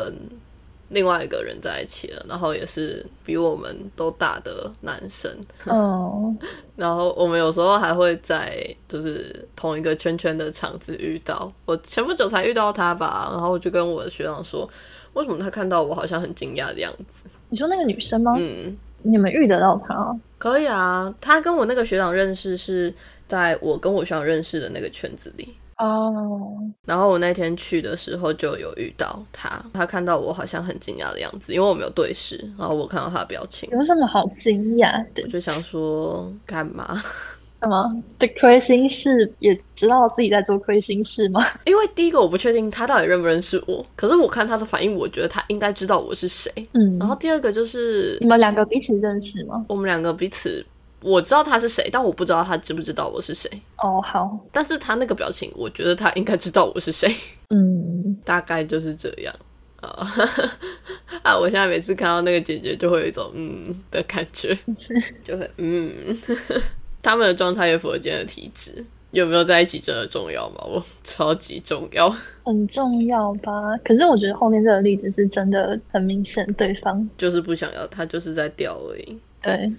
S1: 另外一个人在一起了，然后也是比我们都大的男生，
S2: 哦，
S1: 然后我们有时候还会在就是同一个圈圈的场子遇到。我前不久才遇到他吧，然后我就跟我的学长说，为什么他看到我好像很惊讶的样子？
S2: 你说那个女生吗？
S1: 嗯，
S2: 你们遇得到她哦？
S1: 可以啊，他跟我那个学长认识是在我跟我学长认识的那个圈子里，
S2: 哦，
S1: 然后我那天去的时候就有遇到他，他看到我好像很惊讶的样子，因为我没有对视，然后我看到他的表情，
S2: 有什么好惊讶的
S1: 我？就想说干嘛？ *laughs*
S2: 什么的亏心事也知道自己在做亏心事吗？
S1: 因为第一个我不确定他到底认不认识我，可是我看他的反应，我觉得他应该知道我是谁。
S2: 嗯，
S1: 然后第二个就是
S2: 你们两个彼此认识吗？
S1: 我们两个彼此，我知道他是谁，但我不知道他知不知道我是谁。
S2: 哦，好，
S1: 但是他那个表情，我觉得他应该知道我是谁。
S2: 嗯，
S1: 大概就是这样啊 *laughs* 啊！我现在每次看到那个姐姐，就会有一种嗯的
S2: *laughs*
S1: 感觉，就会嗯，他们的状态也符合今天的体质。有没有在一起真的重要吗？我超级重要。 *laughs*
S2: 很重要吧？可是我觉得后面这个例子是真的很明显，对方
S1: 就是不想要，他就是在钓而已，
S2: 对。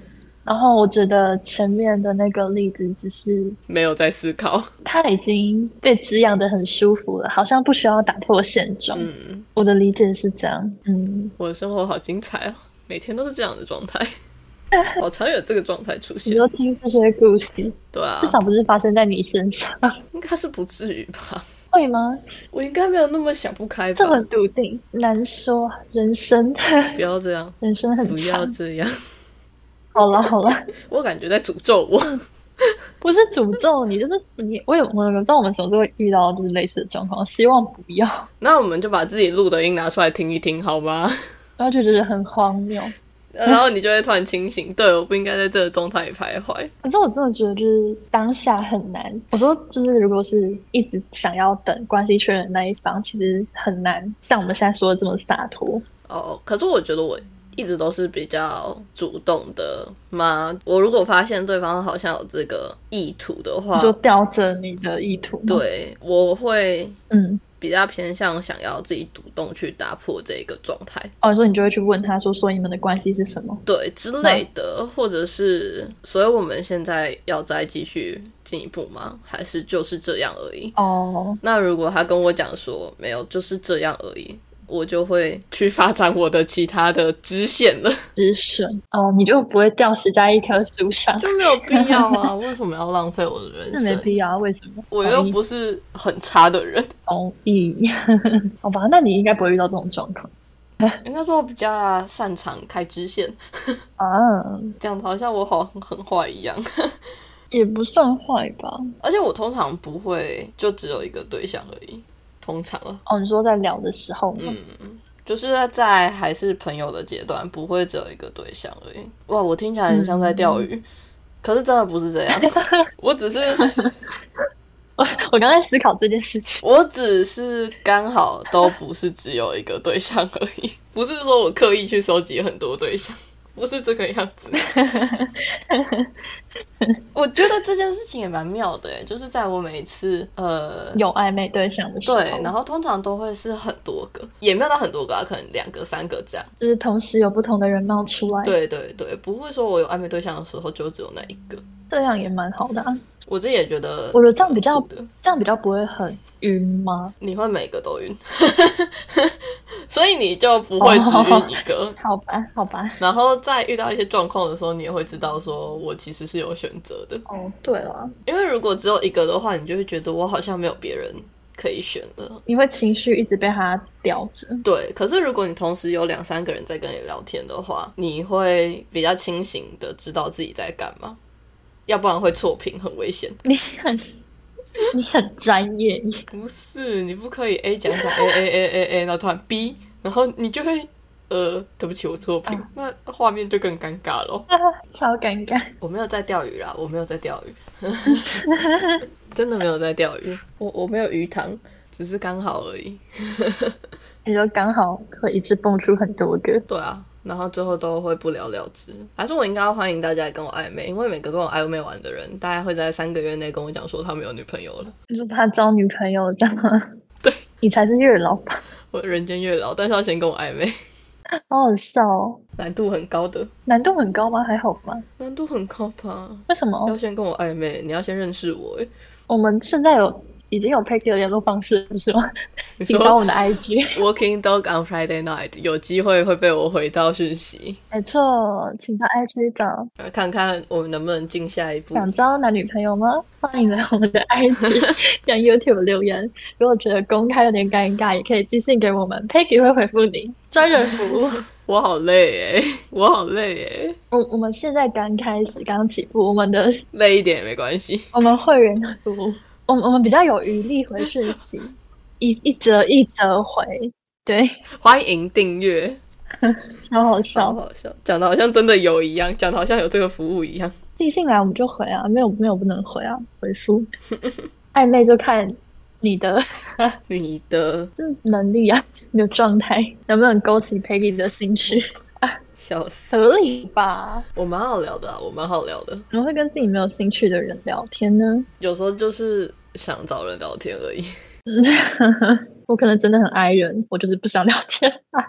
S2: 然后我觉得前面的那个例子只是
S1: 没有在思考。
S2: *laughs* 他已经被滋养的很舒服了，好像不需要打破现状。
S1: 嗯，
S2: 我的理解是这样，嗯，
S1: 我的生活好精彩哦，每天都是这样的状态，
S2: *laughs*
S1: 好常有这个状态出
S2: 你
S1: 现。
S2: 就听这些故事，
S1: 对啊
S2: 至，少不是发生在你身上， *laughs*
S1: 应该是不至于吧？
S2: 会吗？
S1: 我应该没有那么想不开吧
S2: 这？么笃定，难说。人生， *laughs*
S1: 不要这样，
S2: 人生很
S1: 不要
S2: 长。
S1: 这样，
S2: 好了好了，
S1: 我感觉在诅咒我。
S2: *laughs* 不是诅咒你，就是你。我也我我知道我们总是会遇到就是类似的状况，希望不要，
S1: *laughs*
S2: *laughs*
S1: 那我们就把自己录的音拿出来听一听，好 *laughs* 吗？
S2: 然后就觉得很荒谬。
S1: 然后你就会突然清醒，对，我不应该在这个状态里徘徊。
S2: 可是我真的觉得，就是当下很难。我说，就是如果是一直想要等关系确认的那一方，其实很难像我们现在说的这么洒脱。
S1: 哦，可是我觉得我一直都是比较主动的嘛。我如果发现对方好像有这个意图的话，
S2: 就吊着你的意图。，
S1: 嗯对我会
S2: 嗯，
S1: 比较偏向想要自己主动去打破这个状态，
S2: 哦，所以你就会去问他说，所以你们的关系是什么？
S1: 对之类的，或者是，所以我们现在要再继续进一步吗？还是就是这样而已？
S2: 哦，
S1: 那如果他跟我讲说没有，就是这样而已，我就会去发展我的其他的支线了，
S2: 止损哦，你就不会吊死在一棵树
S1: *laughs*
S2: 上，
S1: 就没有必要啊！为什么要浪费我的人
S2: 那没
S1: 生？
S2: 必要啊。为什么？
S1: 我又不是很差的人，
S2: 同意， *laughs* 好吧？那你应该不会遇到这种状况
S1: *laughs* 应该说我比较擅长开支线，
S2: 啊，
S1: 讲的好像我好很坏一样。 *laughs*
S2: 也不算坏吧。
S1: 而且我通常不会就只有一个对象而已，通常啊，
S2: 哦，你说在聊的时候吗，
S1: 嗯，就是在还是朋友的阶段，不会只有一个对象而已。哇，我听起来很像在钓
S2: 嗯
S1: 鱼，可是真的不是这样， *laughs* 我只是
S2: 我刚才思考这件事情。
S1: 我只是刚好都不是只有一个对象而已，不是说我刻意去收集很多对象，不是这个样子。我觉得这件事情也蛮妙的，欸就是在我每一次呃
S2: 有暧昧对象的时候，
S1: 对，然后通常都会是很多个，也没有到很多个啊，可能两个、三个这样。
S2: 就是同时有不同的人冒出来，，
S1: 对对对，不会说我有暧昧对象的时候就只有那一个。
S2: 这样也蛮好的啊。
S1: 我自己也觉得，
S2: 我觉得这样比较，
S1: 的，
S2: 这样比较不会很晕吗？
S1: 你会每个都晕， *laughs* 所以你就不会只晕一个。
S2: 好吧，好吧。
S1: 然后在遇到一些状况的时候，你也会知道说我其实是有选择的，
S2: 哦，对了，
S1: 因为如果只有一个的话，你就会觉得我好像没有别人可以选了。
S2: 你会情绪一直被他吊着， *laughs*
S1: 对，可是如果你同时有两三个人在跟你聊天的话，你会比较清醒的知道自己在干嘛，要不然会错评，很危险。
S2: 你很，你很专业，
S1: 不是，你不可以 A 讲讲 A A A A A，然后突然 B，然后你就会呃，对不起，我错评，那画面就更尴尬咯。
S2: 超尴尬。
S1: 我没有在钓鱼啦，我没有在钓鱼， *laughs* 真的没有在钓鱼，我我没有鱼塘，只是刚好而已。
S2: 你就刚好会一次蹦出很多个，
S1: 对啊，然后最后都会不了了之。还是我应该要欢迎大家来跟我暧昧，因为每个跟我暧昧完的人，大概会在三个月内跟我讲说他们有女朋友了。
S2: 就是他交女朋友这样吗？
S1: 对，
S2: 你才是月老吧？
S1: 我人间月老，但是要先跟我暧昧，
S2: 好好笑哦，
S1: *laughs* 难度很高的，
S2: 难度很高吗？还好吧？
S1: 难度很高吧？
S2: 为什么？
S1: 要先跟我暧昧，你要先认识我。欸诶
S2: 我们现在有已经有 Peggy 的联络方式，不是吗？
S1: 你
S2: 请
S1: 说
S2: 找我们的 IG，
S1: Working Dog on Friday Night，有机会会被我回到讯息，
S2: 没错，请到 IG 找。
S1: 呃看看我们能不能进下一步。
S2: 想交男女朋友吗？欢迎来我们的
S1: *laughs*
S2: IG 跟 YouTube 留言。如果觉得公开有点尴尬，也可以寄信给我们，Peggy 会回复你。专人服
S1: *laughs*
S2: 务，
S1: 我好累诶， *laughs* 我好累欸诶，
S2: 我我们现在刚开始，刚起步，我们的
S1: 累一点也没关系。
S2: 我们会员的服务，我们我们比较有余力回讯息，一一折一折回，对，
S1: 欢迎订阅，
S2: 超好笑
S1: 好。好笑，讲的好像真的有一样，讲的好像有这个服务一样。
S2: 寄信来我们就回啊，没有没有不能回啊，回复暧昧就看你的 *laughs*
S1: 你的
S2: 这能力啊，你的状态能不能勾起 Peggy 的兴趣。
S1: 笑死！
S2: 合理吧？
S1: 我蛮好聊的、啊，我蛮好聊的。
S2: 怎么会跟自己没有兴趣的人聊天呢？
S1: 有时候就是想找人聊天而已。
S2: 我可能真的很 i 人，我就是不想聊天、啊。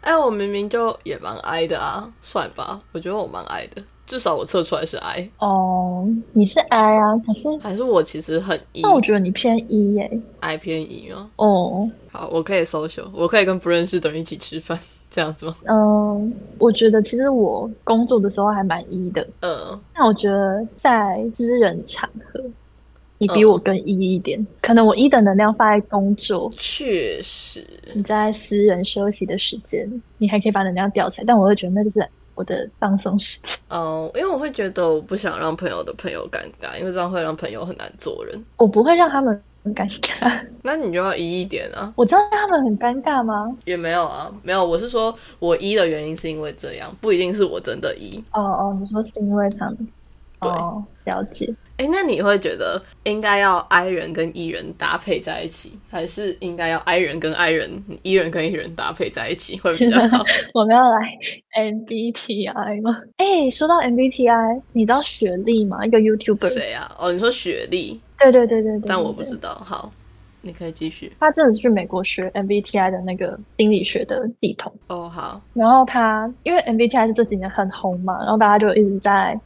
S1: 哎，我明明就也蛮 i 的啊，算吧，我觉得我蛮 i 的，至少我测出来是 i。
S2: 哦，你是 I 啊，可是
S1: 还是我其实很 e，
S2: 那我觉得你偏 E 耶、
S1: i 偏 e 吗？
S2: 哦，
S1: 好，我可以 social，我可以跟不认识的人一起吃饭，这样子吗？
S2: 嗯，我觉得其实我工作的时候还蛮 E 的，
S1: 嗯，
S2: 但我觉得在私人场合，你
S1: 嗯
S2: 比我更 E 一点。可能我 E 的能量放在工作，
S1: 确实，
S2: 你在私人休息的时间，你还可以把能量调起来，但我会觉得那就是我的放松时间。 *laughs*
S1: 嗯，因为我会觉得我不想让朋友的朋友尴尬，因为这样会让朋友很难做人。
S2: 我不会让他们很尴尬，
S1: 那你就要 e 一点啊，
S2: 我知道他们很尴尬吗？
S1: 也没有啊，没有，我是说我 e 的原因是因为这样，不一定是我真的 e。
S2: 哦哦，你说是因为他们？
S1: 对
S2: 哦，了解。
S1: 哎，那你会觉得应该要 i 人跟 e 人搭配在一起，还是应该要 i 人跟 i 人、e 人跟 e 人搭配在一起会比较 *laughs* 好？
S2: 我们要来 MBTI 吗？哎、说到 MBTI，你知道雪莉吗？一个 YouTuber。
S1: 谁啊？哦，你说雪莉，
S2: 对对对对对。
S1: 但我不
S2: 对
S1: 知道。好，你可以继续。
S2: 他真的是去美国学 MBTI 的那个心理学的系统，
S1: 哦，好，
S2: 然后他因为 MBTI 是这几年很红嘛，然后大家就一直在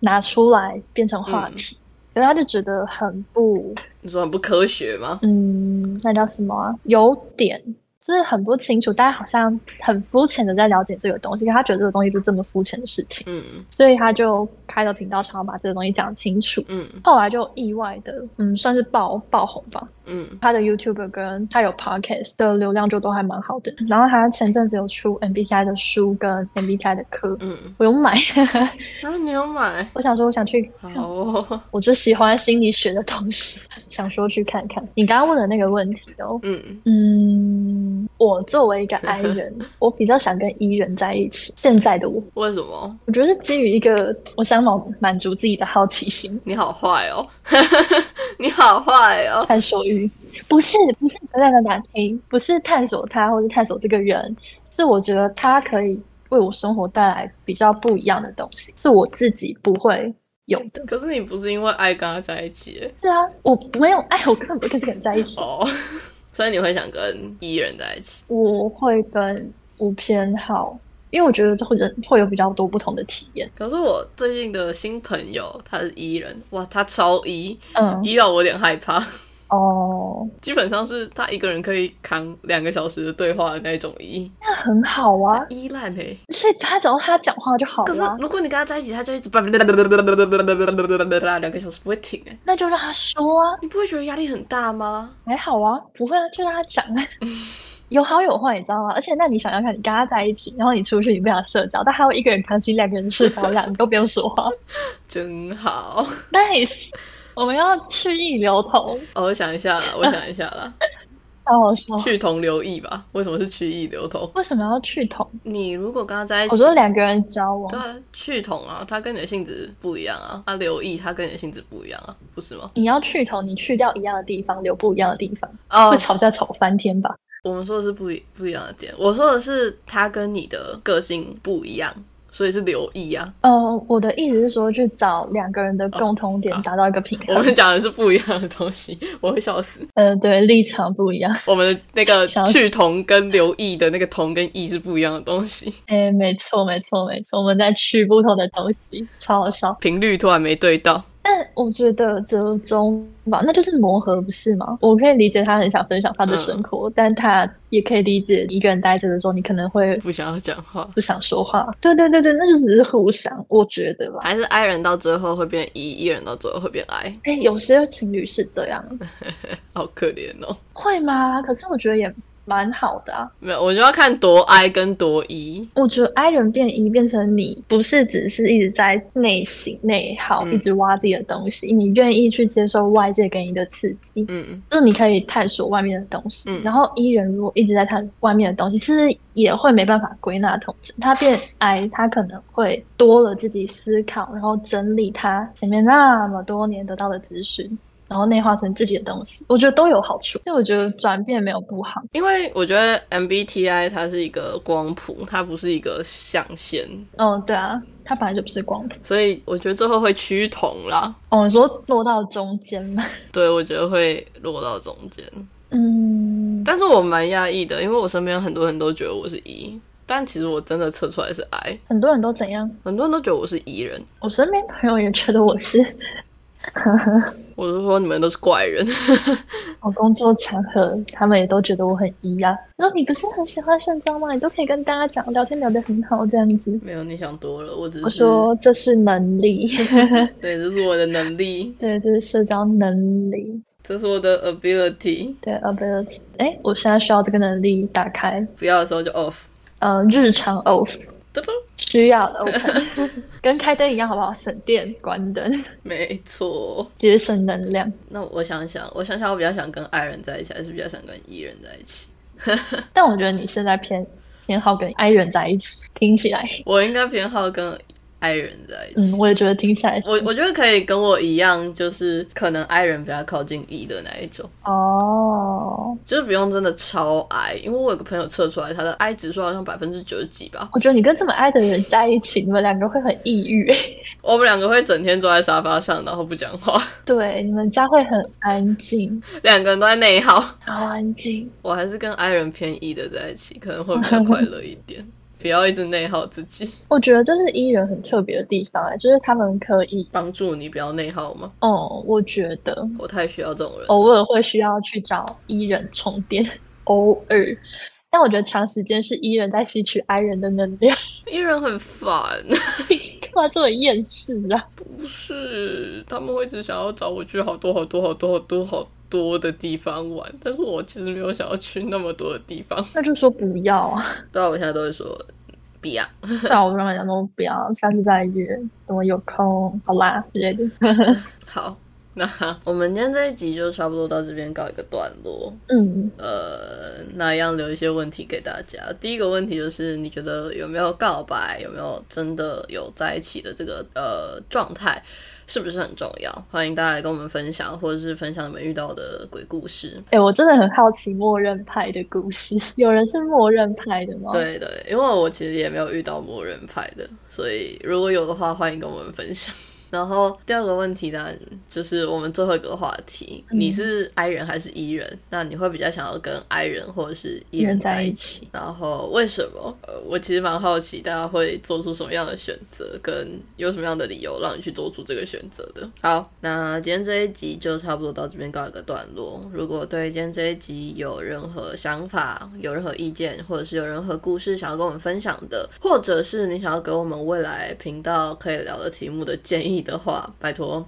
S2: 拿出来变成话题，可是他就觉得很不，
S1: 你说很不科学吗？
S2: 嗯，那叫什么啊？有点就是很不清楚，大家好像很肤浅的在了解这个东西，可他觉得这个东西就是这么肤浅的事情，
S1: 嗯
S2: 所以他就开了频道，想要把这个东西讲清楚。
S1: 嗯
S2: 后来就意外的，嗯，算是爆爆红吧。
S1: 嗯
S2: 他的 YouTube 跟他有 Podcast 的流量就都还蛮好的。然后他前阵子有出 MBTI 的书跟 MBTI 的课，
S1: 嗯，
S2: 我有买。 *laughs*
S1: 然后你要买，
S2: 我想说，我想去，
S1: 好哦，
S2: 我就喜欢心理学的东西，想说去看看。你刚刚问的那个问题哦，
S1: 嗯，
S2: 嗯，我作为一个 I 人，我比较想跟 E 人在一起。现在的我，
S1: 为什么？
S2: 我觉得是基于一个我想满满足自己的好奇心。
S1: 你好坏哦，你好坏哦，
S2: 探索欲，不是不是，等等等等，听，不是探索他或是探索这个人，是我觉得他可以为我生活带来比较不一样的东西，是我自己不会有的。
S1: 可是你不是因为爱跟他在一起耶
S2: 是啊，我没有爱，我根本不会跟这个人在一起，
S1: 哦，所以你会想跟 E 人在一起？
S2: 我会跟无偏好，因为我觉得会人会有比较多不同的体验。
S1: 可是我最近的新朋友他是 E 人，哇，他超 E，
S2: 嗯，
S1: E 到我有点害怕。
S2: 哦，
S1: 基本上是他一个人可以扛两个小时的对话的那种 E，
S2: 那很好啊，
S1: 依赖没？
S2: 所以他只要他讲话就好
S1: 可是
S2: 了啊，
S1: 如果你跟他在一起，他就一直叭叭叭叭叭叭叭叭叭叭两个小时不会停哎、
S2: 那就让他说啊。
S1: 你不会觉得压力很大吗？
S2: 还好啊，不会啊，就让他讲
S1: *laughs*
S2: 啊，有好有坏，你知道吗？而且，那你想想看，你跟他在一起，然后你出去，你不想社交，但还有一个人扛起两个人社交量，你都不用
S1: *laughs*
S2: 说话
S1: 真好，
S2: ，nice。我们要去意流通，
S1: 哦，我想一下啦，我想一下 *laughs* 啦，
S2: 超好笑。
S1: 去同留异吧？为什么是去异流通？
S2: 为什么要去同？
S1: 你如果跟他在一起，
S2: 我说两个人交往
S1: 对，啊，去同啊，他跟你的性质不一样啊，他留意他跟你的性质不一样啊，不是吗？
S2: 你要去同，你去掉一样的地方，留不一样的地方，
S1: 哦
S2: 会，吵架吵翻天吧？
S1: 我们说的是不一不一样的点，我说的是他跟你的个性不一样，所以是留意啊。
S2: 呃，我的意思是说，去找两个人的共同点
S1: 哦，
S2: 达到一个平
S1: 我
S2: 衡。
S1: 们讲的是不一样的东西，我会笑死。
S2: 呃，对，立场不一样。
S1: 我们的那个
S2: 笑死
S1: 去同跟留意的那个同跟意是不一样的东西，
S2: 哎，没错，没错，没错，我们在吃不同的东西，超好笑。
S1: 频率突然没对到。
S2: 但我觉得折中吧，那就是磨合，不是吗？我可以理解他很想分享他的生活，但他也可以理解一个人待着的时候，你可能会
S1: 不想要讲话，
S2: 不想说话。对对对对，那就只是互相，我觉得啦。
S1: 还是 I 人到最后会变 E，E 人到最后会变 I，
S2: 哎，有些情侣是这样，
S1: 好可怜哦。
S2: 会吗？可是我觉得也蛮好的啊。
S1: 没有，我就要看多 I 跟多 E。
S2: 我觉得 I 人变 E 变成你，不是只是一直在内省内耗，
S1: 嗯
S2: 一直挖自己的东西，你愿意去接受外界给你的刺激。
S1: 嗯，
S2: 就是你可以探索外面的东西，
S1: 嗯
S2: 然后 E 人如果一直在探外面的东西，其实也会没办法归纳统整，他变 I，他可能会多了自己思考，然后整理他前面那么多年得到的资讯，然后内化成自己的东西，我觉得都有好处。所以我觉得转变没有不好。
S1: 因为我觉得 MBTI 它是一个光谱，它不是一个象限，
S2: 嗯，对啊，它本来就不是光谱。
S1: 所以我觉得最后会趋同啦。
S2: 哦，你说落到中间吗？
S1: 对，我觉得会落到中间。
S2: 嗯，
S1: 但是我蛮讶异的，因为我身边很多人都觉得我是 E，但其实我真的测出来是 I，
S2: 很多人都怎样？
S1: 很多人都觉得我是 E 人。
S2: 我身边朋友也觉得我是，
S1: 我就说你们都是怪人， *laughs*
S2: 我哦工作场合他们也都觉得我很一样。说你不是很喜欢盛装吗？你都可以跟大家讲，聊天聊得很好，这样子。
S1: 没有你想多了，我只是
S2: 我说这是能力，
S1: 对，这是我的能力，
S2: 对，这是社交能力，
S1: 这是我的 ability，
S2: 对 ability。哎，我现在需要这个能力打开，
S1: 不要的时候就 off，
S2: 呃，日常 off
S1: 噔噔，
S2: 需要的 open，跟开灯一样，好不好？省电，关灯，
S1: 没错。
S2: 节省能量。
S1: 那我想想，我想想，我比较想跟爱人在一起，还是比较想跟 E 人在一起？
S2: 但我觉得你现在偏偏好跟 I 人在一起，听起来，
S1: 我应该偏好跟 I 人在一起。
S2: 嗯，我也觉得听起来是，
S1: 我我觉得可以跟我一样，就是可能 I 人比较靠近 E 的那一种，
S2: 哦，
S1: 就是不用真的超 I，因为我有个朋友测出来，他的 I 指数好像百分之九十几吧。
S2: 我觉得你跟这么爱的人在一起，你们两个会很抑郁。 *laughs*
S1: 我们两个会整天坐在沙发上，然后不讲话，
S2: 对，你们家会很安静，
S1: 两个人都在内耗。
S2: 好安静。
S1: 我还是跟 I 人偏 E 的在一起，可能会比较快乐一 *laughs* 点，不要一直内耗自己。 *laughs*
S2: 我觉得这是 E 人很特别的地方、哎，就是他们可以，
S1: 帮助你不要内耗吗？
S2: 哦，我觉得
S1: 我太需要这种人。
S2: 偶尔会需要去找 E 人充电， *laughs* 偶尔。但我觉得长时间是 E 人在吸取 I 人的能量，
S1: E 人很 *laughs* 烦，
S2: 干嘛这么厌世啊？ *laughs*
S1: 不是他们会只想要找我去好多好多好多好多好多的地方玩，但是我其实没有想要去那么多的地方。
S2: 那就说不要啊。
S1: *laughs*
S2: *laughs*
S1: 对啊，我现在都会说不要。
S2: 那我跟他讲说不要，下次再约，等我有空，好啦之类的。
S1: 好，那我们今天这一集就差不多到这边告一个段落。
S2: 嗯，
S1: 呃，那一样留一些问题给大家。第一个问题就是，你觉得有没有告白，有没有真的有在一起的这个呃状态，是不是很重要？欢迎大家来跟我们分享，或者是分享你们遇到的鬼故事。
S2: 哎、我真的很好奇默认派的故事，有人是默认派的吗？，
S1: 对对，因为我其实也没有遇到魔人派的，所以如果有的话，欢迎跟我们分享。 *laughs* 然后第二个问题呢，就是我们最后一个话题，
S2: 嗯
S1: 你是 I 人还是 E 人？那你会比较想要跟 I 人或者是 E 人
S2: 人在
S1: 在一
S2: 一
S1: 起？然后为什么？呃，我其实蛮好奇大家会做出什么样的选择，跟有什么样的理由让你去做出这个选择的。好，那今天这一集就差不多到这边告一个段落。如果对今天这一集有任何想法、有任何意见，或者是有任何故事想要跟我们分享的，或者是你想要给我们未来频道可以聊的题目的建议的话，拜托。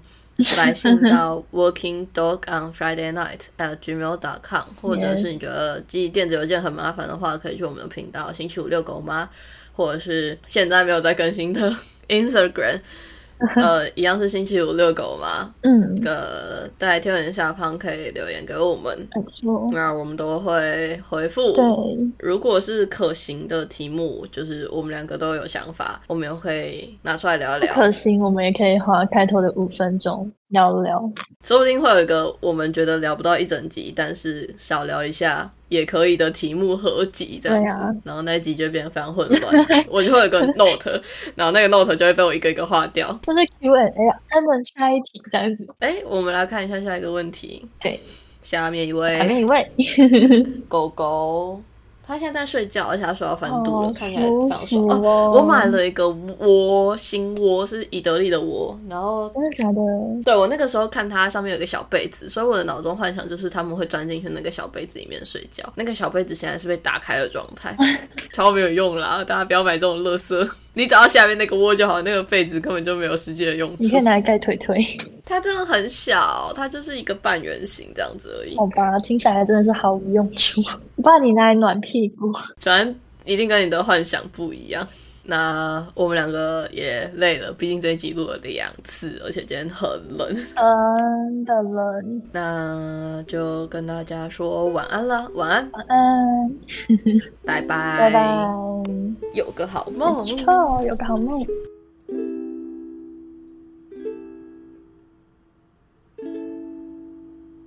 S1: 来信到 working dog on Friday night at gmail dot com，或者是
S2: Yes
S1: 你觉得寄电子邮件很麻烦的话，可以去我们的频道星期五遛狗吗？或者是现在没有在更新的 *laughs* Instagram，呃，一样是星期五遛狗吗？
S2: 嗯，
S1: 呃，在贴文下方可以留言给我们，
S2: 没错，
S1: 那我们都会回复。
S2: 对，
S1: 如果是可行的题目，就是我们两个都有想法，我们也会拿出来聊一聊。
S2: 可行，我们也可以花开头的五分钟聊聊。
S1: 说不定会有一个我们觉得聊不到一整集，但是少聊一下也可以的题目合集这样子，
S2: 对啊
S1: 然后那一集就会变得非常混 *laughs* 乱，我就会有个 note，然后那个 note 就会被我一个一个划掉。
S2: 就是 Q&A 啊，他们下一题这样子。
S1: 哎，我们来看一下下一个问题，
S2: 对，
S1: 下面一
S2: 还
S1: 位
S2: 没问。
S1: 狗狗，它现在在睡觉，而且它睡到翻肚了，
S2: 好
S1: 看起来非常爽
S2: 哦舒。服
S1: 哦
S2: 哦
S1: 我买了一个窝，新窝是以得利的窝，然后
S2: 真的假的？
S1: 对我那个时候看它上面有一个小被子，所以我的脑中幻想就是他们会钻进去那个小被子里面睡觉。那个小被子现在是被打开的状态，超没有用啦！大家不要买这种垃圾，你找到下面那个窝就好，那个被子根本就没有实际的用
S2: 你可以
S1: 处。
S2: 拿来盖腿腿，
S1: 它真的很小，它就是一个半圆形这样子而已
S2: 好。吧？听起来真的是毫无用处。我把你拿来暖屁股。
S1: 反正一定跟你的幻想不一样。那我们两个也累了，毕竟这一集录了两次，而且今天很冷。
S2: 嗯的了，
S1: 那就跟大家说晚安了，晚安。
S2: 晚安，
S1: 拜拜，
S2: 拜拜。
S1: 有个好梦
S2: 没。错，有个好梦。